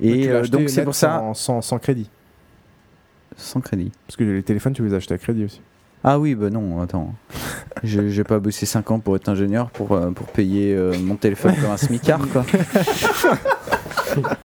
Et euh, donc c'est pour ça, Sans, sans- sans crédit. sans crédit. Parce que les téléphones, tu les as achetés à crédit aussi. Ah oui, bah non, attends. Je- J'ai pas bossé 5 ans pour être ingénieur pour, euh, pour payer euh, mon téléphone comme un smicard, quoi.